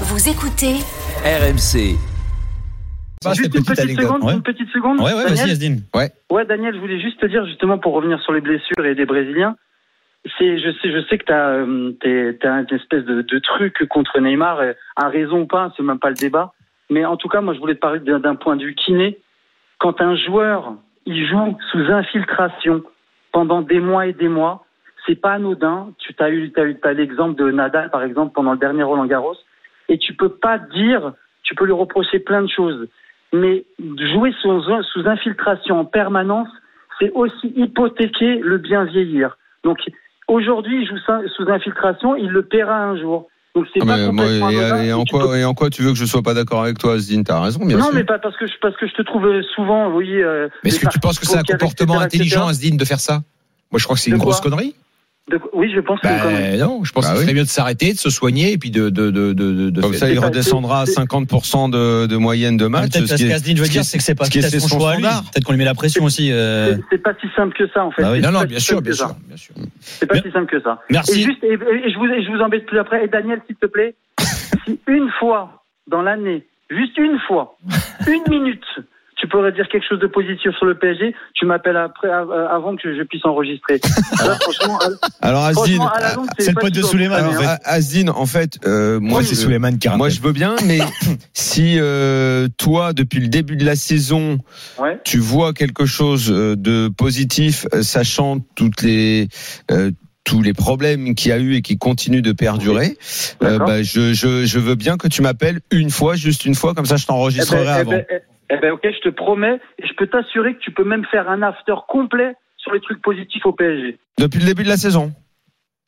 Vous écoutez RMC. Ah, Juste c'était une petite petite, anecdote, seconde, ouais. une petite seconde. Ouais, ouais, vas-y, Daniel, Yasdine. Ouais. ouais, Daniel, je voulais juste te dire, justement, pour revenir sur les blessures et les Brésiliens, c'est, je sais, je sais que t'as, euh, t'es- t'as une espèce de, de truc contre Neymar, euh, à raison ou pas, c'est même pas le débat. Mais en tout cas, moi, je voulais te parler d'un d'un point de vue kiné. Quand un joueur, il joue sous infiltration pendant des mois et des mois, c'est pas anodin. Tu as eu, t'as eu, t'as l'exemple de Nadal, par exemple, pendant le dernier Roland Garros. Et tu peux pas dire, tu peux lui reprocher plein de choses. Mais jouer sous, sous infiltration en permanence, c'est aussi hypothéquer le bien vieillir. Donc aujourd'hui, il joue ça- sous infiltration, il le paiera un jour. Donc c'est Ah, pas mais moi, complètement et, anodin, et et en tu peux quoi, et en quoi tu veux que je sois pas d'accord avec toi, Zine T'as raison, bien non, sûr. mais pas parce que je, parce que je te trouve euh, souvent, oui. euh, Mais est-ce des que tu penses que c'est un parties poker, comportement etc., intelligent, etc. Asdine, de faire ça Moi, je crois que c'est De une quoi grosse connerie. De- Oui, je pense que c'est une connerie. Ben non, je pense Bah qu'il oui. serait mieux de s'arrêter, de se soigner et puis de. de, de, de, de Comme faire- ça, il pas- redescendra à c'est- 50% de, de moyenne de match. Peut-être ce parce qui est- qu'Asdine veut ce qui est- dire, c'est que c'est pas ce qui est- peut-être son choix à lui. standard. Peut-être qu'on lui met la pression aussi. euh. C'est- C'est pas si simple que ça, en fait. Bah oui. C'est Non, non, pas bien si sûr, simple bien que ça. sûr, bien sûr. C'est pas Bien. si simple que ça. Et Merci. juste, et, et- et je vous, et je vous embête plus après. Et Daniel, s'il te plaît, si une fois dans l'année, juste une fois, une minute, tu pourrais dire quelque chose de positif sur le PSG, tu m'appelles après, av- euh, avant que je puisse enregistrer. Là, franchement, à, Alors, Asdine, franchement, à la longue, c'est le pas pote de toujours- Souleymane, en alors, fait. A- Asdine, en fait, euh, moi, je- Souleymane qui moi, je veux bien, mais si euh, toi, depuis le début de la saison, Ouais. tu vois quelque chose euh, de positif, euh, sachant toutes les euh, tous les problèmes qu'il y a eu et qui continuent de perdurer, euh, D'accord. bah, je, je, je veux bien que tu m'appelles une fois, juste une fois, comme ça je Eh ben, t'enregistrerai eh avant. ben, eh- eh ben, ok, je te promets, et je peux t'assurer que tu peux même faire un after complet sur les trucs positifs au PSG. Depuis le début de la saison.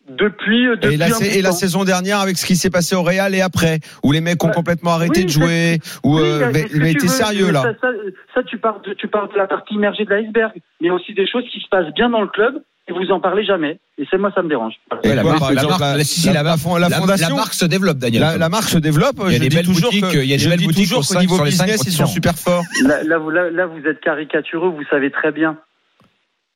Depuis, euh, depuis Et la, un sa- bout de et la temps. saison dernière avec ce qui s'est passé au Real et après, où les mecs ont Bah, complètement arrêté oui, de jouer. Ou Oui, euh, mais est-ce que mais tu t'es veux- sérieux mais là Ça, ça- ça, tu, parles de, tu parles de la partie immergée de l'iceberg, mais il y a aussi des choses qui se passent bien dans le club et vous en parlez jamais. Et c'est moi, ça me dérange. Voilà. Et Ouais, la quoi, marque, par la exemple, marque, la- si, si, la- la- la fond- la la, fondation. la marque se développe, Daniel. La, la marque se développe. Il y a je des dis belles toujours boutiques, que, il y a des je belles dis boutiques toujours pour qu'au cinq niveau sur les cinq business, ils sont continents. super forts. Là, là, vous, là, là, vous êtes caricatureux, vous savez très bien.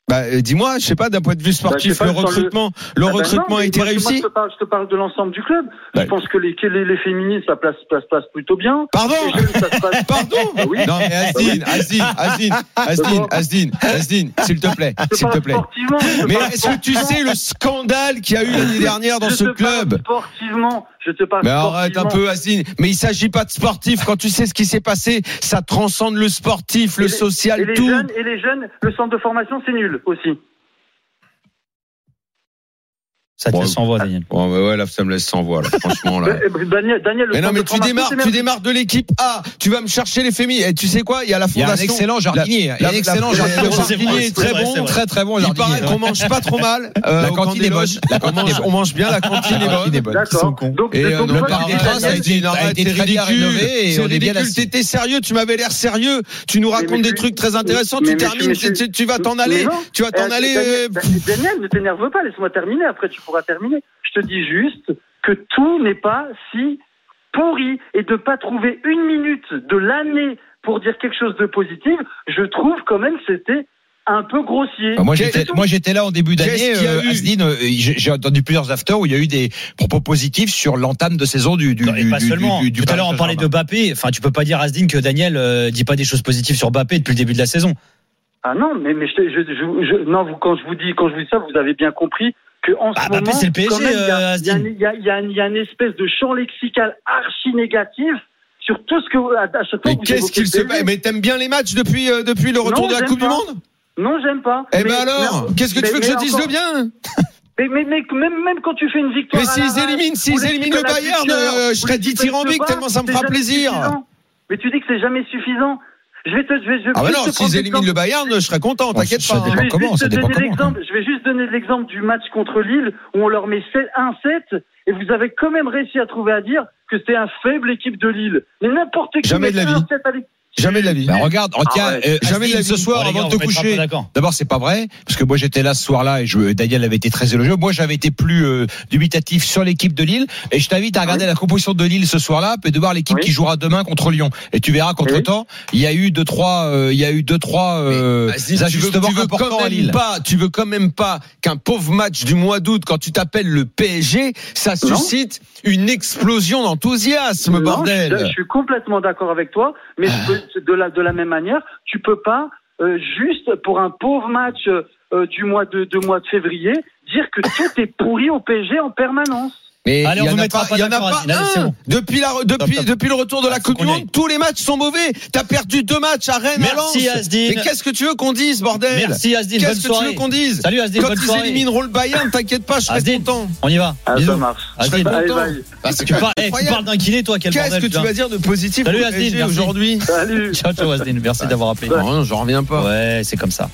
Bah, euh, dis-moi, je sais pas, d'un point de vue sportif, Bah, je sais le pas, sur le- recrutement, le Ah ben recrutement non, a mais été moi, je- moi, réussi. je, te parle, je te parle de l'ensemble du club. Bah. Je pense que les, que les, les féministes, ça place, place, place plutôt bien. Pardon Les jeunes, ça se passe- Pardon Ah oui. Non, mais Asdine, Asdine, Asdine, Asdine, Asdine, Asdine, s'il te plaît, Je s'il te parle plaît. sportivement, je Mais parle est-ce que tu sais le scandale qu'il y a eu l'année dernière dans je ce te parle club Sportivement, je te parle Mais arrête un sportivement. peu, Asine. Mais il s'agit pas de sportif. Quand tu sais ce qui s'est passé, ça transcende le sportif, le Et les- social, Et les, tout. jeunes, et les jeunes, le centre de formation, c'est nul aussi. Ça te Bon, laisse sans voix, Daniel. Bon, bah ouais, là, ça me laisse sans voix, là, franchement, là. Euh, euh, Daniel, Daniel, le Mais non, centre mais de tu formation, démarres, c'est tu merdique. démarres de l'équipe A. Tu vas me chercher les fémis. Et tu sais quoi? Il y a la Il y a un fondation. excellent jardinier. Il y a un la- excellent la- jardinier. la- Le la- jardinier est c'est très vrai, c'est bon, vrai. très très bon Il jardinier. paraît qu'on mange pas trop mal. euh, La au cantine Camp des est bonne. Loges. La cantine On mange- est bonne. On mange bien, la cantine est bonne. D'accord. Donc, Et donc, euh, donc, non, moi, le Parc je des dis, Princes a Daniel, dit non, a arrête, été c'est très bien ridicule, rénové et c'est on est bien ridicule. assis. T'étais sérieux, tu m'avais l'air sérieux, tu nous racontes mais des tu- trucs très mais- intéressants, tu mais- mais termines, monsieur- tu- tu tu vas t'en aller, Mais non. tu vas Euh, t'en aller. euh, Daniel, Daniel, Daniel, ne t'énerve pas, laisse-moi terminer, après tu pourras terminer. Je te dis juste que tout n'est pas si pourri et de pas trouver une minute de l'année pour dire quelque chose de positif, je trouve quand même que c'était un peu grossier. Ah, Moi Qu'est- j'étais, qu'est-ce moi j'étais là en début d'année. qu'est-ce qu'il y a euh, eu Asdine, euh, j'ai j'ai entendu plusieurs afters où il y a eu des propos positifs sur l'entame de saison du. du Non, et du- pas du- seulement. du- du Tout à Paris l'heure, on parlait de Saint-Germain. Bappé. Enfin, tu peux pas dire, Asdine, que Daniel euh, dit pas des choses positives sur Bappé depuis le début de la saison. Ah non, mais, mais je, te- je, je- je- non, vous, quand je vous dis, quand je vous dis ça, vous avez bien compris que Ah, en Bah, ce bah, moment, c'est le PSG, quand même, il y euh, a- il y a, Asdine. un- il y a- il y a un- il y a une espèce de champ lexical archi négatif sur tout ce que vous- à, à chaque fois Mais que vous qu'est-ce évoquez qu'il le se PSG. passe Mais t'aimes bien les matchs depuis euh, depuis le retour Non, de la j'aime Coupe du pas. Monde Non, j'aime pas. Eh ben Mais- alors, mais- qu'est-ce que tu mais- veux que mais je dise encore- de bien mais, mais, mais même, même quand tu fais une victoire. Mais à s'ils l'arrache, éliminent, ou s'ils l'équipe éliminent le à la Bayern, piqueur, euh, je ou serais l'équipe se dithyrambique bat, tellement ça me c'est fera jamais plaisir. suffisant. Mais tu dis que c'est jamais suffisant. Je vais te, je vais, je vais Ah bah juste non, te prendre s'ils éliminent l'exemple- le Bayern, je serais content, Bon, t'inquiète ça- pas. ça Je dépend vais comment, Ah juste ça te dépend donner comment. l'exemple- Je vais juste donner l'exemple du match contre Lille où on leur met 7 1-7 et vous avez quand même réussi à trouver à dire que c'était un faible équipe de Lille. Mais n'importe qui. Jamais met de la vie. 1-7 à l'équipe. Jamais de la vie. Bah, regarde, retiens, Ah ouais. euh, Jamais de Asdine, la vie. ce soir Bon, les gars, avant on de va te être un peu coucher. D'accord. D'abord, c'est pas vrai, parce que moi j'étais là ce soir-là et je, Daniel avait été très élogieux. Moi, j'avais été plus euh, dubitatif sur l'équipe de Lille. Et je t'invite à regarder la composition de Lille ce soir-là, puis de voir l'équipe Oui. qui jouera demain contre Lyon. Et tu verras contre Oui. temps, il y a eu deux trois, euh, il y a eu deux trois euh, Euh, Aziz, tu veux, ajustements tu veux importants quand à même Lille. pas, tu veux quand même pas qu'un pauvre match du mois d'août, quand tu t'appelles le PSG, ça suscite une explosion d'enthousiasme, Non, bordel. Ah. je suis- Je suis complètement d'accord avec toi, mais je peux- de, la, de la même manière, tu peux pas euh, juste pour un pauvre match euh, euh, du mois de, de mois de février dire que tout est pourri au PSG en permanence. Mais Allez, il on y en vous a mettra pas, pas il y en a d'accord, pas Racine. Allez, c'est un. bon. Depuis la, depuis, Stop, stop. depuis le retour de la Ah, faut Coupe du qu'on y Monde, tous les matchs sont mauvais. T'as perdu deux matchs à Rennes, à Lens. Merci Mais Asdine. qu'est-ce que tu veux qu'on dise, bordel Merci Asdine, bonne Qu'est-ce que tu veux soirée. qu'on dise Salut Asdine, Quand bonne ils soirée. élimineront le Bayern, t'inquiète pas, je serai Asdine. content. On y va. Ah, Bisous. ça marche. Je serai Asdine, Allez, content. bye. Bah, c'est tu parles, eh, tu incroyable. parles d'un kiné toi, quel Qu'est-ce bordel que tu putain. vas dire de positif Salut, au Asdine, PSG merci. aujourd'hui Salut. Ciao ciao Asdine, merci d'avoir appelé. Non, j'en reviens pas. Ouais, c'est comme ça.